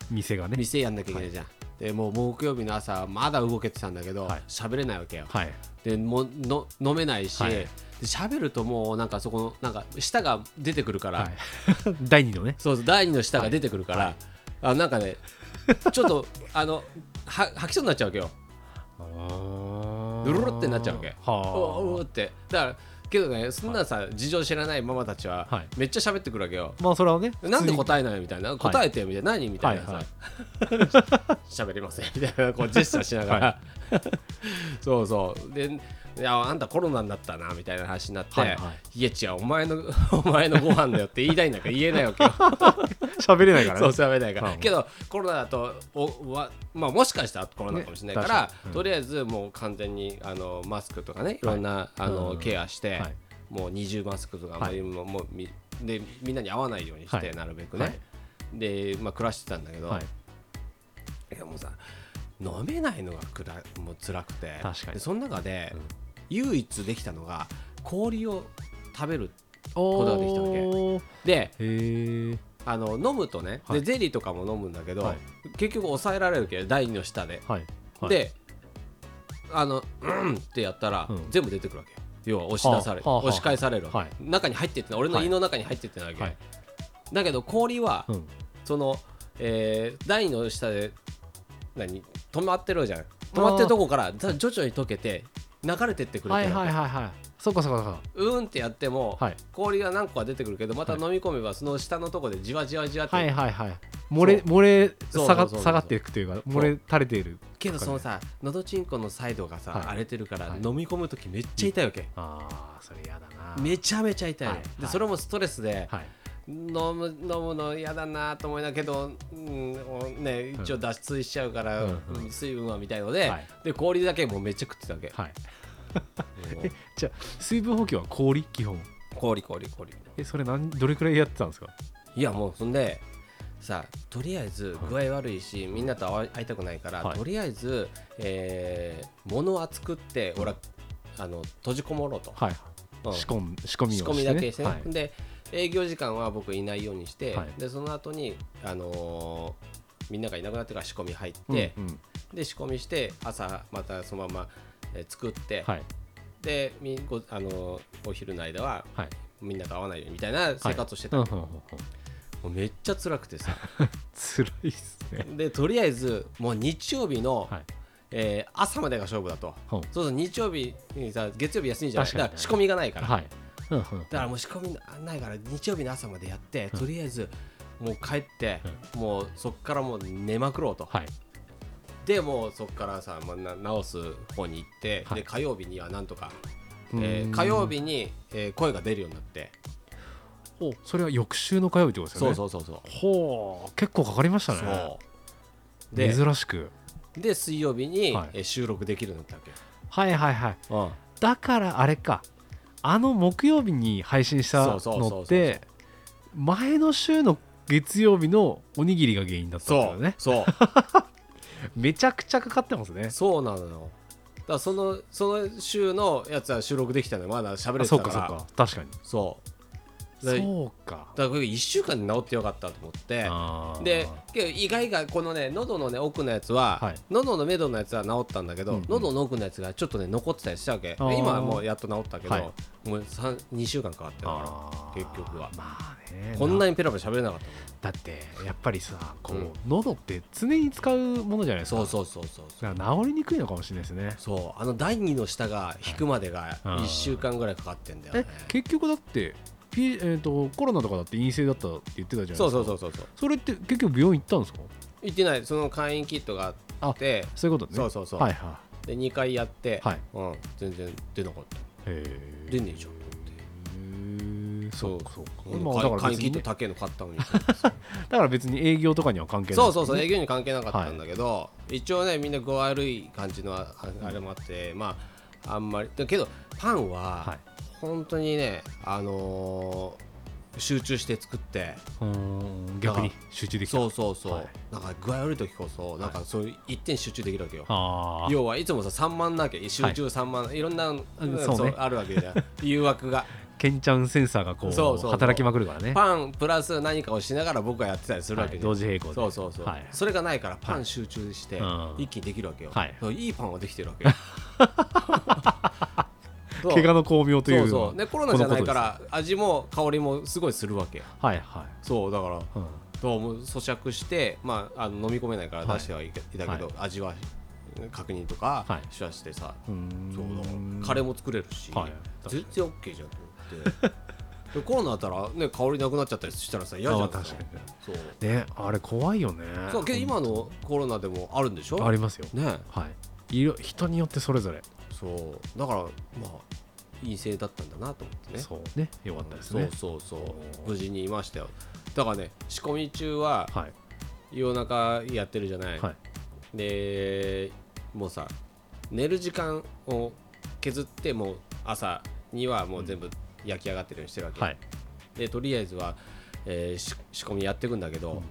Speaker 2: 店がね
Speaker 1: 店やんなきゃいけないじゃん、でもう木曜日の朝まだ動けてたんだけど
Speaker 2: はい
Speaker 1: 喋、れないわけよ、
Speaker 2: はい
Speaker 1: でもうの飲めないし、
Speaker 2: はい
Speaker 1: で喋るともうなんかそこのなんか舌が出てくるから、
Speaker 2: はい 第二のね
Speaker 1: そうそう第二の舌が出てくるから、あなんかねちょっと あのは吐きそうになっちゃうわけよ
Speaker 2: う
Speaker 1: うるるってなっちゃうわけおうおう
Speaker 2: は
Speaker 1: ってだからけどねそんなさ、事情知らないママたちは、
Speaker 2: はい
Speaker 1: めっちゃ喋ってくるわけよ
Speaker 2: あまあそれはね
Speaker 1: なんで
Speaker 2: 普通に
Speaker 1: 答えないみたいな答えてみたいな、何みたいなさ、
Speaker 2: はい
Speaker 1: 喋りませんみたいなこうジェスチャーしながら、そうそうでいやあんたコロナになったなみたいな話になって、
Speaker 2: はいいは
Speaker 1: や違うお前の お前のご飯だよって言いたいんだけど言えないわけよ
Speaker 2: 喋れないから
Speaker 1: そう
Speaker 2: ね
Speaker 1: 喋れないから、
Speaker 2: うん
Speaker 1: けどコロナだとおわ、まあ、もしかしたらコロナかもしれないから、
Speaker 2: ね確かにうん
Speaker 1: とりあえずもう完全にあのマスクとかねいろんな、あの
Speaker 2: うん
Speaker 1: ケアして、
Speaker 2: はい
Speaker 1: もう二重マスクとか、
Speaker 2: はい
Speaker 1: まあもうもうみでみんなに会わないようにして、
Speaker 2: はい
Speaker 1: なるべくね、で、まあ、暮らしてたんだけど、
Speaker 2: はい
Speaker 1: いやもうさ飲めないのがくらもう辛くて
Speaker 2: 確かに
Speaker 1: でその中で、
Speaker 2: うん
Speaker 1: 唯一できたのが氷を食べる
Speaker 2: お
Speaker 1: ことができたわけ
Speaker 2: ー
Speaker 1: で
Speaker 2: へえ
Speaker 1: あの飲むとね、
Speaker 2: はい
Speaker 1: でゼリーとかも飲むんだけど、
Speaker 2: はい
Speaker 1: 結局抑えられるけど第二の舌で、
Speaker 2: はいはい
Speaker 1: であのうんってやったら、
Speaker 2: うん
Speaker 1: 全部出てくるわけよ要は押し出される、
Speaker 2: はあはあはあ
Speaker 1: 押し返されるわけ、
Speaker 2: はい
Speaker 1: 中に入ってってない俺の胃の中に入ってってないわけ、
Speaker 2: はい
Speaker 1: だけど氷は、
Speaker 2: うん
Speaker 1: その、えー、台の下で何止まってるじゃん止まってるとこからだ徐々に溶けて流れてってくれ
Speaker 2: は
Speaker 1: て
Speaker 2: い
Speaker 1: る
Speaker 2: はいはいはいそうかそうかそうか
Speaker 1: うーんってやっても、
Speaker 2: はい
Speaker 1: 氷が何個か出てくるけどまた
Speaker 2: はい
Speaker 1: 飲み込めばその下のとこでじわじわじわって、
Speaker 2: はいはいはい漏れ漏れ
Speaker 1: そう
Speaker 2: 下が
Speaker 1: そうそうそう
Speaker 2: 下がっていくというか漏れ垂れている
Speaker 1: けどそのさのどちんこのサイドがさ、
Speaker 2: はい
Speaker 1: 荒れてるから、
Speaker 2: はい
Speaker 1: 飲み込む時めっちゃ痛いわけ、
Speaker 2: ああそれ嫌だな
Speaker 1: めちゃめちゃ痛いの、
Speaker 2: はい
Speaker 1: で
Speaker 2: はい
Speaker 1: それもストレスで、
Speaker 2: はい
Speaker 1: 飲む飲むの嫌だなと思いなけど、うんおね、一応脱水しちゃうから、
Speaker 2: うんうん
Speaker 1: うん水分はみたいので,、
Speaker 2: はい
Speaker 1: で氷だけもうめっちゃ食ってたわけ、
Speaker 2: はい
Speaker 1: もう
Speaker 2: えじゃあ水分補給は氷基本
Speaker 1: 氷氷氷
Speaker 2: えそれ何どれくらいやってたんですか
Speaker 1: いやもうそんでさとりあえず具合悪いし、みんなと会いたくないから、
Speaker 2: はい
Speaker 1: とりあえず、えー、物は作って俺はあの閉じこもろうと、
Speaker 2: はい
Speaker 1: うん
Speaker 2: 仕込ん仕込み
Speaker 1: 仕
Speaker 2: を
Speaker 1: 込み
Speaker 2: して
Speaker 1: だ
Speaker 2: ね
Speaker 1: けしてね、
Speaker 2: はい
Speaker 1: で営業時間は僕いないようにして、
Speaker 2: はい
Speaker 1: でその後にあのーみんながいなくなってから仕込み入って、
Speaker 2: うんうん
Speaker 1: で仕込みして朝またそのまま、えー作って、
Speaker 2: はい
Speaker 1: でみごあのーお昼の間は
Speaker 2: はい
Speaker 1: みんなと会わないようにみたいな生活をしてた、
Speaker 2: うんうんうんうん
Speaker 1: もうめっちゃ辛くてさ
Speaker 2: 辛いっすね
Speaker 1: でとりあえずもう日曜日の
Speaker 2: はい
Speaker 1: えー朝までが勝負だと、
Speaker 2: ほう
Speaker 1: そうすると日曜日にさ月曜日休みじゃない
Speaker 2: 確かに
Speaker 1: だから仕込みがないから、
Speaker 2: はい。うんうん
Speaker 1: だからもう仕込みなないから日曜日の朝までやって、とりあえずもう帰って、もうそこからもう寝まくろうと、
Speaker 2: はい。
Speaker 1: でもうそこからさ、まあ、な直す方に行って、
Speaker 2: はい
Speaker 1: で火曜日にはなんとか、
Speaker 2: う
Speaker 1: え
Speaker 2: ー
Speaker 1: ー
Speaker 2: ん
Speaker 1: 火曜。日に、えー声が出るようになって、
Speaker 2: おそれは翌週の火曜日ってことですよ
Speaker 1: そう
Speaker 2: ね。う
Speaker 1: そうそうそう
Speaker 2: ほう結構かかりましたね。
Speaker 1: そうで
Speaker 2: 珍しく。
Speaker 1: で水曜日に、
Speaker 2: はい
Speaker 1: えー収録できるようになった
Speaker 2: はいはいはい。
Speaker 1: わ
Speaker 2: だからあれか。あの木曜日に配信した
Speaker 1: そうそうそうそう
Speaker 2: のって前の週の月曜日のおにぎりが原因だったんですよ
Speaker 1: け、うんそ
Speaker 2: ね、。
Speaker 1: う そう
Speaker 2: めちゃくちゃかかってますね。
Speaker 1: そうなのよだからそのその週のやつは収録できたのよまだ喋れ
Speaker 2: あ
Speaker 1: て
Speaker 2: そ
Speaker 1: た
Speaker 2: う
Speaker 1: か
Speaker 2: かそう
Speaker 1: ら
Speaker 2: か確かに。
Speaker 1: そうだから
Speaker 2: そう
Speaker 1: だ
Speaker 2: か。
Speaker 1: からこれ1週間で治ってよかったと思って
Speaker 2: あー
Speaker 1: でけど意外がこのね喉のね奥のやつは、
Speaker 2: はい
Speaker 1: 喉の目処のやつは治ったんだけど、
Speaker 2: うんうん
Speaker 1: 喉の奥のやつがちょっとね残ってたりしたわけで
Speaker 2: あー
Speaker 1: 今はもうやっと治ったけど、
Speaker 2: はい
Speaker 1: もう2週間かかってた
Speaker 2: あ
Speaker 1: か
Speaker 2: ー
Speaker 1: ら結局は
Speaker 2: まあね。
Speaker 1: こんなにペラペラ喋れなかったもん
Speaker 2: だってやっぱりさこう、
Speaker 1: うん
Speaker 2: 喉って常に使うものじゃないですか
Speaker 1: そうそうそうそうそう
Speaker 2: だから治りにくいのかもしれないですね
Speaker 1: そうあの第二の下が引くまでが
Speaker 2: うん
Speaker 1: 1週間ぐらいかかってんだよ
Speaker 2: え
Speaker 1: ね
Speaker 2: 結局だって、ピえー、とコロナとかだって陰性だったって言ってたじゃないですか
Speaker 1: そうそうそううそうそう
Speaker 2: それって結局病院行ったんですか
Speaker 1: 行ってないその会員キットがあって
Speaker 2: そういうことね
Speaker 1: そうそうそう
Speaker 2: はいは
Speaker 1: で2回やって、
Speaker 2: はい
Speaker 1: うん、全然出なかった
Speaker 2: いへえ
Speaker 1: 出ねえじゃん
Speaker 2: んそうかそうか、
Speaker 1: うん
Speaker 2: まあだ
Speaker 1: か
Speaker 2: から
Speaker 1: 会
Speaker 2: 別
Speaker 1: 員キッ
Speaker 2: にね
Speaker 1: ト高えの買ったのに
Speaker 2: だから別に営業とかには関係ない
Speaker 1: そうそう そう
Speaker 2: う
Speaker 1: 営業に関係なかったんだけど、一応ねみんな具合悪い感じのああれもあって、まああんまりだけどパン
Speaker 2: は
Speaker 1: はい本当にね、あのー集中して作って
Speaker 2: うーん逆に集中できた
Speaker 1: そうそうそう、
Speaker 2: はい
Speaker 1: なんか具合悪い時こそなんかそういう一点集中できるわけよ、
Speaker 2: ああ
Speaker 1: 要はいつもさ散漫なわけ集中散漫、い、ろんな、うん
Speaker 2: そうね
Speaker 1: そうあるわけじゃん誘惑が
Speaker 2: ケンちゃんセンサーがこう
Speaker 1: そうそうそう
Speaker 2: 働きまくるからね
Speaker 1: パンプラス何かをしながら僕はやってたりするわ
Speaker 2: は
Speaker 1: け
Speaker 2: い
Speaker 1: ね
Speaker 2: 同時並行で
Speaker 1: そうそうそう、
Speaker 2: はい
Speaker 1: それがないからパン集中して
Speaker 2: うん
Speaker 1: 一気にできるわけよ、
Speaker 2: はい
Speaker 1: い、いパンはできてるわ けよそう
Speaker 2: 怪我の巧妙という
Speaker 1: そうそうねコロナじゃないか
Speaker 2: このこ
Speaker 1: ら味も香りもすごいするわけ
Speaker 2: とですはいは
Speaker 1: そうだから
Speaker 2: い、うん
Speaker 1: どうも咀嚼して、まあ、あの飲み込めないから出してはいけいたけど、
Speaker 2: は
Speaker 1: 味は確認とか
Speaker 2: はい
Speaker 1: しはしてさ、
Speaker 2: うーん
Speaker 1: そうだからカレーも作れるし、
Speaker 2: はい
Speaker 1: 全然 OK じゃんと思って でコロナだったら、ね、香りなくなっちゃったりしたらさ嫌じゃん
Speaker 2: あ確かに
Speaker 1: そう
Speaker 2: ねあれ怖いよね
Speaker 1: そうけど今のコロナでもあるんでしょ
Speaker 2: ありますよ
Speaker 1: ね
Speaker 2: はいいろ人によってそれぞれ、
Speaker 1: そうだからまあ陰性だったんだなと思ってね
Speaker 2: そうねよかったです
Speaker 1: そ
Speaker 2: ね
Speaker 1: うそうそう無事にいましたよだからね仕込み中は
Speaker 2: はい
Speaker 1: 夜中やってるじゃない、
Speaker 2: はい
Speaker 1: でもうさ寝る時間を削ってもう朝にはもう全部焼き上がってるようにしてるわけ、
Speaker 2: はい
Speaker 1: でとりあえずは、えーし仕込みやっていくんだけど、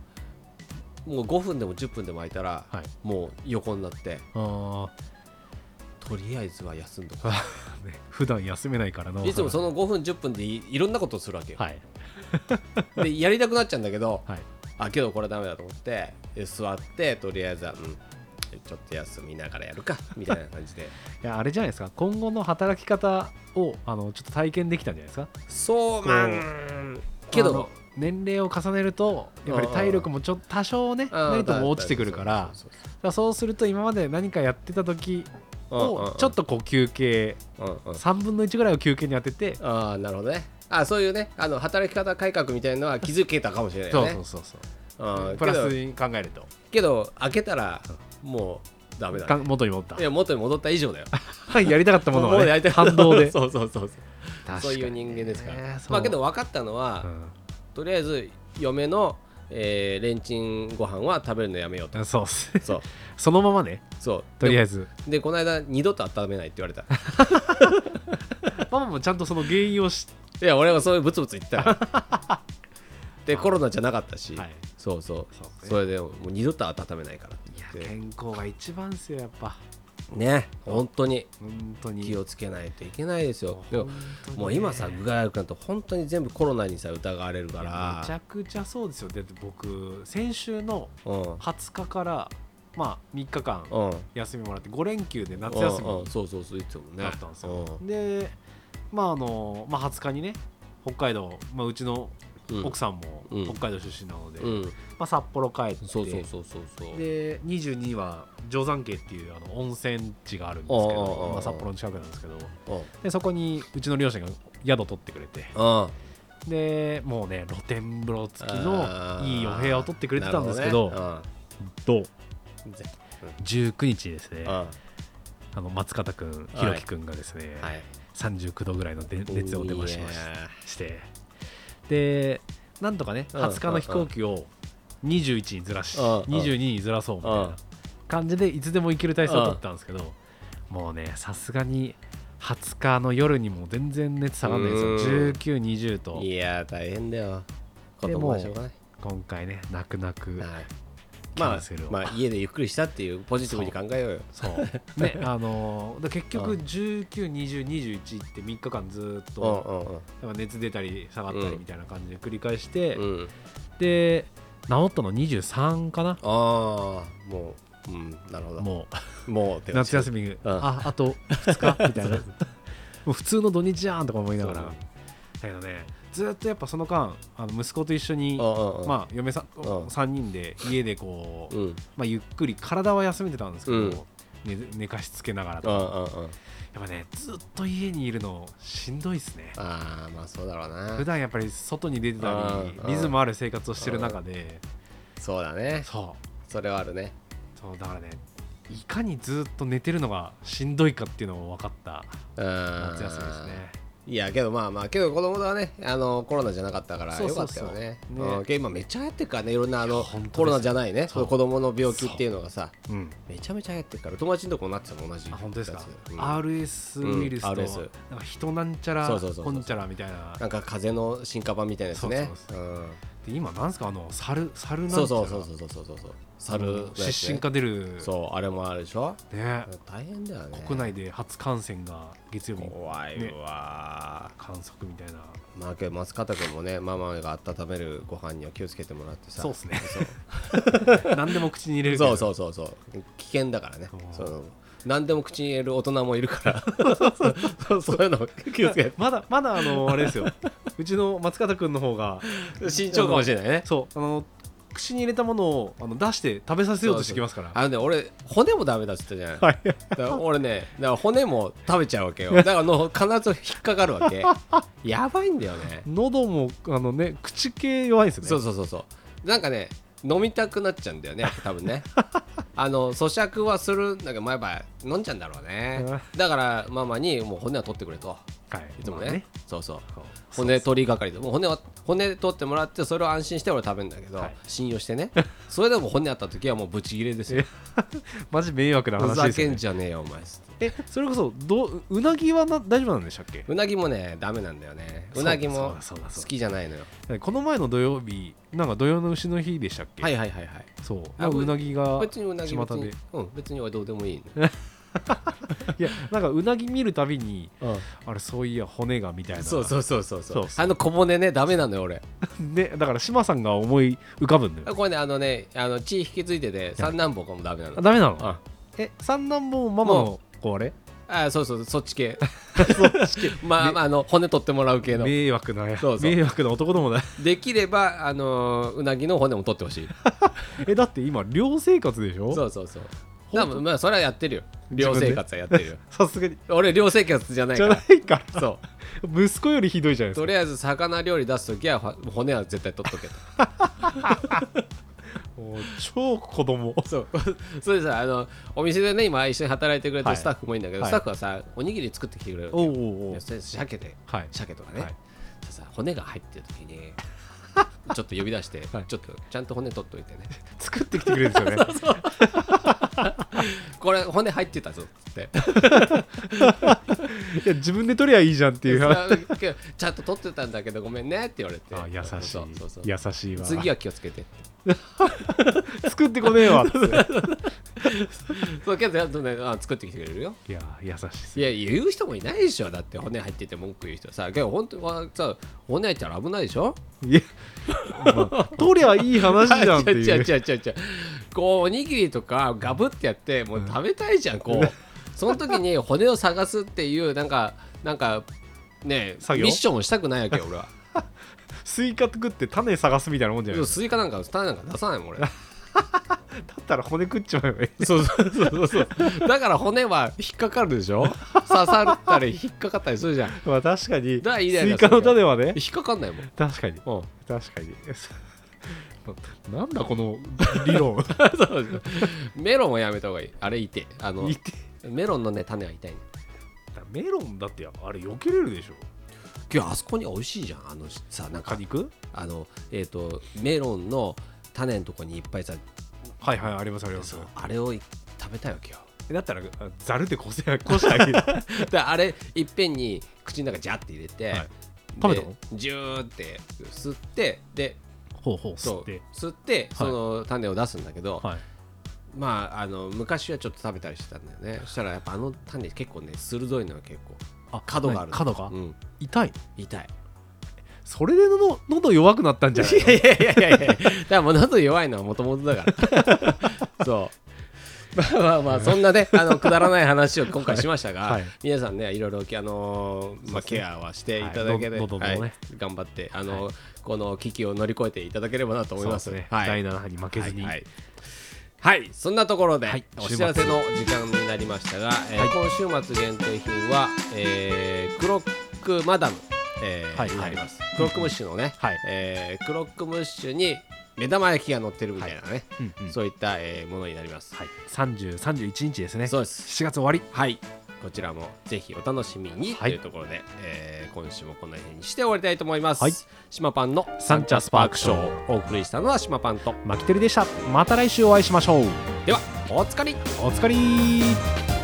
Speaker 1: もう5分でも10分でも空いたら、
Speaker 2: はい
Speaker 1: もう横になって
Speaker 2: あ
Speaker 1: とりあえずは休んどこ
Speaker 2: あ、 ね、普段休めないからの
Speaker 1: ういつもそ
Speaker 2: の
Speaker 1: の5分10分でいいろんなことをするわけよ、
Speaker 2: はい
Speaker 1: でやりたくなっちゃうんだけど
Speaker 2: はい
Speaker 1: あけどこれダメだと思ってで座ってとりあえずは、うん、ちょっと休みながらやるかみたいな感じ で
Speaker 2: いやあれじゃないですか今後の働き方をあのちょっと体験できたんじゃないですか
Speaker 1: そうまあうんけ
Speaker 2: あ
Speaker 1: ど
Speaker 2: の年齢を重ねるとやっぱり体力もちょっと多少ね
Speaker 1: あー
Speaker 2: なりとも落ちてくるから
Speaker 1: そうそう
Speaker 2: だからそうすると今まで何かやってた時
Speaker 1: うんうんう
Speaker 2: を
Speaker 1: ん
Speaker 2: ちょっとこう休憩
Speaker 1: そううんうん
Speaker 2: 3分の1ぐらいを休憩に当てて
Speaker 1: ああなるほどねあそういうねあの働き方改革みたいなのは気づけたかもしれないよ
Speaker 2: そう
Speaker 1: ね
Speaker 2: そうそうそう
Speaker 1: うん
Speaker 2: プラス
Speaker 1: けど
Speaker 2: に考えると
Speaker 1: けど開けたらもうダメだ
Speaker 2: か
Speaker 1: ね
Speaker 2: 元に戻った
Speaker 1: いや元に戻った以上だよ
Speaker 2: はいやりたかったもの
Speaker 1: も
Speaker 2: は
Speaker 1: うやりた
Speaker 2: ね
Speaker 1: いこと
Speaker 2: 反動 で
Speaker 1: そうそうそうそうそういう
Speaker 2: 確かに
Speaker 1: 人間ですから、
Speaker 2: ねそう
Speaker 1: まあけど分かったのは、
Speaker 2: う
Speaker 1: とりあえず嫁の、えーレンチンご飯は食べるのやめよう と
Speaker 2: んそうっす
Speaker 1: そう
Speaker 2: そのままね
Speaker 1: そう
Speaker 2: とりあえ
Speaker 1: ず
Speaker 2: ず
Speaker 1: でこの間二度と温めないって言われ た
Speaker 2: ママもちゃんとその原因を知っ
Speaker 1: いや俺はそういうブツブツ言った よでコロナじゃなかったし、
Speaker 2: はい
Speaker 1: そうそう
Speaker 2: そうね
Speaker 1: それでもう二度と温めないからって言って
Speaker 2: 健康が一番っすよやっぱ
Speaker 1: ね本当に
Speaker 2: 本当に
Speaker 1: 気をつけないといけないですよでも
Speaker 2: 本当にね
Speaker 1: もう今さ具合悪くなると本当に全部コロナにさ疑われるか
Speaker 2: めち
Speaker 1: ら
Speaker 2: ゃくちゃそうですよだって僕先週の
Speaker 1: うん
Speaker 2: 20日からまあ3日間
Speaker 1: うん
Speaker 2: 休みもらって5連休で夏休み
Speaker 1: うんうんそうそうそういつもね
Speaker 2: だったんですよ
Speaker 1: う。
Speaker 2: で、まああのまあ、20日にね北海道、まあ、うちの
Speaker 1: うん
Speaker 2: 奥さんも
Speaker 1: うん
Speaker 2: 北海道出身なので、
Speaker 1: うん、
Speaker 2: まあ、札幌帰って
Speaker 1: そうそうそうそうそう
Speaker 2: で22は定山渓っていうあの温泉地があるんですけ
Speaker 1: おうおうおう
Speaker 2: ど、
Speaker 1: おう
Speaker 2: まあ、札幌の近くなんですけど
Speaker 1: うん
Speaker 2: でそこにうちの両親が宿取ってくれて
Speaker 1: あ
Speaker 2: でもうね露天風呂付き
Speaker 1: あ
Speaker 2: の
Speaker 1: ー
Speaker 2: いいお部屋を取ってくれてたんですけど
Speaker 1: なるほ
Speaker 2: ど
Speaker 1: ど
Speaker 2: う
Speaker 1: ねうんぜ
Speaker 2: 19日ですね
Speaker 1: うん
Speaker 2: あ
Speaker 1: は
Speaker 2: の松方君ひろき君がですね、
Speaker 1: い
Speaker 2: 39度ぐらいので熱を出ましまし
Speaker 1: いいね
Speaker 2: してでなんとかね
Speaker 1: うん
Speaker 2: 20日の飛行機を21にずらし、
Speaker 1: うん
Speaker 2: 22にずらそうみたい
Speaker 1: うん
Speaker 2: な感じでいつでも行ける体制を取ったんですけど、もうねさすがに20日の夜にも全然熱下がんないんですよ
Speaker 1: うん
Speaker 2: 1920と
Speaker 1: いやー大変だよ子
Speaker 2: で
Speaker 1: 供は
Speaker 2: も
Speaker 1: しょうがない
Speaker 2: 今回ね泣く泣く
Speaker 1: はい
Speaker 2: キ
Speaker 1: ま
Speaker 2: ャ
Speaker 1: あ
Speaker 2: ンセルを、
Speaker 1: まあ家でゆっくりしたっていうポジティブに考えようよ
Speaker 2: そうねあのーで結
Speaker 1: う
Speaker 2: 局
Speaker 1: ん
Speaker 2: 192021って3日間ずっ
Speaker 1: う
Speaker 2: と
Speaker 1: んうん
Speaker 2: なんか熱出たり下がったりみたいな感じで繰り返して、
Speaker 1: うんうん
Speaker 2: で治ったの23かな
Speaker 1: ああもううんなるほども
Speaker 2: も
Speaker 1: う
Speaker 2: う
Speaker 1: もうって
Speaker 2: 夏休み、ああと2日み たいなもう普通の土日じゃんとか思いながら
Speaker 1: そう
Speaker 2: だけどねずっとやっぱその間あの息子と一緒に
Speaker 1: ま
Speaker 2: まあ嫁さんと
Speaker 1: うん
Speaker 2: 3人で家でこ
Speaker 1: あ
Speaker 2: う、
Speaker 1: うんうん
Speaker 2: まあ、ゆっくり体は休めてたんですけど、
Speaker 1: うん
Speaker 2: 寝寝かしつけながらと
Speaker 1: う
Speaker 2: か
Speaker 1: んうん
Speaker 2: やっぱねずっと家にいるのしんどいっすね
Speaker 1: ああまあそうだろう
Speaker 2: 普
Speaker 1: な
Speaker 2: 段やっぱり外に出てた
Speaker 1: うん
Speaker 2: りリズムある生活をしてる中で
Speaker 1: そうだね
Speaker 2: そう
Speaker 1: それはあるね
Speaker 2: そうだからねいかにずっと寝てるのがしんどいかっていうのも分かった
Speaker 1: 夏
Speaker 2: 夏休みですね
Speaker 1: いやけどまあまあけど子供はねあのコロナじゃなかったから
Speaker 2: そう
Speaker 1: よ
Speaker 2: そ
Speaker 1: か
Speaker 2: う
Speaker 1: った
Speaker 2: そう
Speaker 1: よね。
Speaker 2: ね
Speaker 1: うんけど今めっちゃ流行ってるからねいろんなあ
Speaker 2: い
Speaker 1: の
Speaker 2: や本当ですよ
Speaker 1: コロナじゃないねそ
Speaker 2: そう
Speaker 1: の子供の病気っていうのがさ
Speaker 2: うん
Speaker 1: めちゃめちゃ流行ってるから友達のとこになってたもん同じ
Speaker 2: あ
Speaker 1: やつ。
Speaker 2: 本当ですか
Speaker 1: うん
Speaker 2: RS ウイルス
Speaker 1: う
Speaker 2: と
Speaker 1: ん RS
Speaker 2: なんか人なんちゃら
Speaker 1: そうそうそうそう
Speaker 2: こんちゃらみたいな
Speaker 1: なんか風邪の進化版みたいなやつね。
Speaker 2: そう
Speaker 1: うん
Speaker 2: で今なんすかあの猿猿なんちゃ
Speaker 1: そ
Speaker 2: ら
Speaker 1: うそうそうそうそうそうそうそう。猿のやつね
Speaker 2: 失神が出る
Speaker 1: そうあれもあるでしょ。
Speaker 2: ね
Speaker 1: 大変だよね。
Speaker 2: 国内で初感染が月曜日に
Speaker 1: 怖いわ。
Speaker 2: 観測みたいな
Speaker 1: まあけど松方君もねママが温めるご飯には気をつけてもらってさ。
Speaker 2: そうっすね 何でも口に入れるけど
Speaker 1: そうそうそうそう危険だからね
Speaker 2: うん
Speaker 1: その何でも口に入れる大人もいるから そういうの気をつけて
Speaker 2: まだまだあのあれですようちの松方君の方が
Speaker 1: 慎重かもしれないね
Speaker 2: そうあの口に入れたものをあの出して食べさせようとしてきますから
Speaker 1: あのね俺骨もダメだっつったじゃない、
Speaker 2: はい
Speaker 1: だから俺ねだから骨も食べちゃうわけよだからあの必ず引っかかる わけやばいんだよね
Speaker 2: 喉もあのね口系弱いですね
Speaker 1: そうそうそうそうなんかね飲みたくなっちゃうんだよ ね多分ねあの咀嚼はするんだけどまあやっぱ飲んじゃうんだろうねだからママにもう骨は取ってくれと
Speaker 2: はい
Speaker 1: いつもね,、
Speaker 2: まあ
Speaker 1: そうそう
Speaker 2: そう
Speaker 1: 骨取り係でもう骨は骨取ってもらってそれを安心して俺食べるんだけど、
Speaker 2: はい
Speaker 1: 信用して ねそれでも骨あった時はもうブチギレですよ
Speaker 2: マジ迷惑な
Speaker 1: ふ
Speaker 2: 話
Speaker 1: ざ
Speaker 2: です
Speaker 1: け
Speaker 2: よ
Speaker 1: ん
Speaker 2: ね
Speaker 1: じゃねえよお前っつって
Speaker 2: えそれこそどううなぎはな大丈夫なんでしたっけ
Speaker 1: うなぎもねダメなんだよね
Speaker 2: そうう
Speaker 1: なぎも
Speaker 2: そうだそうだそうだ
Speaker 1: 好きじゃないのよ
Speaker 2: この前の土曜日なんか土曜の牛の日でしたっけ
Speaker 1: はいいはいはいはい
Speaker 2: そう
Speaker 1: あ
Speaker 2: なんかうなぎが
Speaker 1: 別にうなぎ
Speaker 2: 巷
Speaker 1: 別に
Speaker 2: で、
Speaker 1: うん、別に俺どうでもいい、
Speaker 2: いやなんかうなぎ見るたびにあれそういや骨がみたいな
Speaker 1: そうそうそうそうそう
Speaker 2: そうそ
Speaker 1: あの小骨ねダメなのよ俺
Speaker 2: ねだから島さんが思い浮かぶんだよ
Speaker 1: これねあのねあの血引き継いでて三男坊かもダメなの
Speaker 2: あダメなの
Speaker 1: あ
Speaker 2: え三男坊ママの
Speaker 1: も
Speaker 2: こうあれ
Speaker 1: あそうそうそっち系 まあ、まあ、あの骨取ってもらう系の
Speaker 2: 迷惑なや
Speaker 1: そうそう
Speaker 2: 迷惑な男どもだ
Speaker 1: できればあのうなぎの骨も取ってほしい
Speaker 2: えだって今寮生活でしょ
Speaker 1: そうそうそう
Speaker 2: ほん
Speaker 1: 多
Speaker 2: と
Speaker 1: 分まあそれはやってるよ寮生活はやってるよ
Speaker 2: さすが に
Speaker 1: 俺寮生活じゃない
Speaker 2: じ
Speaker 1: か
Speaker 2: ゃな
Speaker 1: ら
Speaker 2: いか
Speaker 1: そ
Speaker 2: ら息子よりひどいじゃないうで
Speaker 1: と
Speaker 2: すか
Speaker 1: りあえず魚料理出す時はほ骨は絶対取っとけと
Speaker 2: もう超子供
Speaker 1: そうそれでさあのお店でね今一緒に働いてくれて
Speaker 2: は
Speaker 1: る
Speaker 2: い
Speaker 1: スタッフもいいんだけど、
Speaker 2: はい
Speaker 1: スタッフはさおにぎり作ってきてくれる
Speaker 2: おうおうお
Speaker 1: で
Speaker 2: う
Speaker 1: それで鮭で
Speaker 2: はい
Speaker 1: 鮭とかね、
Speaker 2: はい
Speaker 1: さ骨が入ってる時 にちょっと呼び出して、
Speaker 2: はい
Speaker 1: ちょっとちゃんと骨取っといてね
Speaker 2: 作ってきてくれるんですよね
Speaker 1: これ骨入ってたぞっつ って
Speaker 2: いや自分で取りゃいいじゃんっていう話
Speaker 1: でちゃんと取ってたんだけどごめんねって言われて
Speaker 2: あ優し
Speaker 1: そうそうそう
Speaker 2: い優しいわ
Speaker 1: 次は気をつけてって
Speaker 2: 作ってこねえわ って
Speaker 1: そうけどやっとねあ作ってきてくれるよ
Speaker 2: いや優しいっす
Speaker 1: いや言う人もいないでしょだって骨入ってて文句言う人さけど本当はさ骨入ったら危ないでしょ
Speaker 2: いや、まあ、取りゃいい話じゃんってい
Speaker 1: 違う
Speaker 2: う
Speaker 1: 違う違う違うこうおにぎりとかガブってやってもう食べたいじゃんこうその時に骨を探すっていうなんかなんかね
Speaker 2: 作 業
Speaker 1: ミッションをしたくないわけよ俺は
Speaker 2: スイカ食って種探すみたいなもんじゃない
Speaker 1: でも
Speaker 2: です
Speaker 1: スイカなんか種なんか出さないもん俺
Speaker 2: かだったら骨食っちまえばいい
Speaker 1: そうそうそうそう だから骨は引っかかるでしょ刺さったり引っかかったりするじゃん
Speaker 2: まあ確かに
Speaker 1: だからいいじゃないで
Speaker 2: スイ
Speaker 1: すか
Speaker 2: カの種はね
Speaker 1: 引っかかんないもん
Speaker 2: 確かに
Speaker 1: うん
Speaker 2: 確かに なんだこの理 論
Speaker 1: メロンはやめた方がいいあれ痛いあの
Speaker 2: いて
Speaker 1: メロンのね種は痛いね
Speaker 2: メロンだってあれ避けれるでしょ
Speaker 1: 今日あそこに美味しいじゃんあのさなん
Speaker 2: 果
Speaker 1: か
Speaker 2: 肉
Speaker 1: あのえっ、とメロンの種のとこにいっぱいさ
Speaker 2: はいはいありますあります
Speaker 1: あれを食べたいわ けよ
Speaker 2: だったらあざるでこせ こしてあげる
Speaker 1: だからあれいっぺんに口の中ジャって入れて、
Speaker 2: はい
Speaker 1: で
Speaker 2: 食べたの
Speaker 1: ジューって吸ってで
Speaker 2: ほうほう
Speaker 1: そ
Speaker 2: 吸
Speaker 1: う
Speaker 2: って
Speaker 1: 吸ってその種を出すんだけど、
Speaker 2: はい
Speaker 1: まああの昔はちょっと食べたりしてたんだよねそしたらやっぱあの種結構ね鋭いのが結
Speaker 2: あ
Speaker 1: 角がある
Speaker 2: 角
Speaker 1: 構、
Speaker 2: が
Speaker 1: うん、
Speaker 2: 痛い
Speaker 1: 痛い
Speaker 2: それでの喉弱くなったんじゃない
Speaker 1: いやいやいやいやいやだからもう喉弱いのはもともとだから。そう。まあまあまあそんなねあのくだらない話を今回しましたが、
Speaker 2: はいはい
Speaker 1: 皆さんねいろいろあのーまあケアはしていただけ
Speaker 2: は
Speaker 1: て、
Speaker 2: い喉喉のね
Speaker 1: はい頑張ってあのー、この危機を乗り越えていただければなと思います。
Speaker 2: そうですね、
Speaker 1: はい
Speaker 2: 第7波に負けず
Speaker 1: は
Speaker 2: に、
Speaker 1: いはいはいそんなところで、
Speaker 2: はい
Speaker 1: お知らせの時間になりましたが、えー今週末限定品は、えークロックマダム、えー
Speaker 2: はい
Speaker 1: になります、クロックムッシュのね、
Speaker 2: はい
Speaker 1: えークロックムッシュに目玉焼きが乗ってるみたいなね、
Speaker 2: うんうん
Speaker 1: そういった、えーものになります、
Speaker 2: はい、30、31日ですね。
Speaker 1: そうです
Speaker 2: 7月終わり。
Speaker 1: はいこちらもぜひお楽しみにと
Speaker 2: はい
Speaker 1: いうところで、えー今週もこの辺にして終わりたいと思います、
Speaker 2: はい
Speaker 1: 島パンの
Speaker 2: サンチャスパークショー。
Speaker 1: ーお送りしたのは島パンと
Speaker 2: マキテルでした。また来週お会いしましょう。
Speaker 1: ではおつかり
Speaker 2: お疲れ。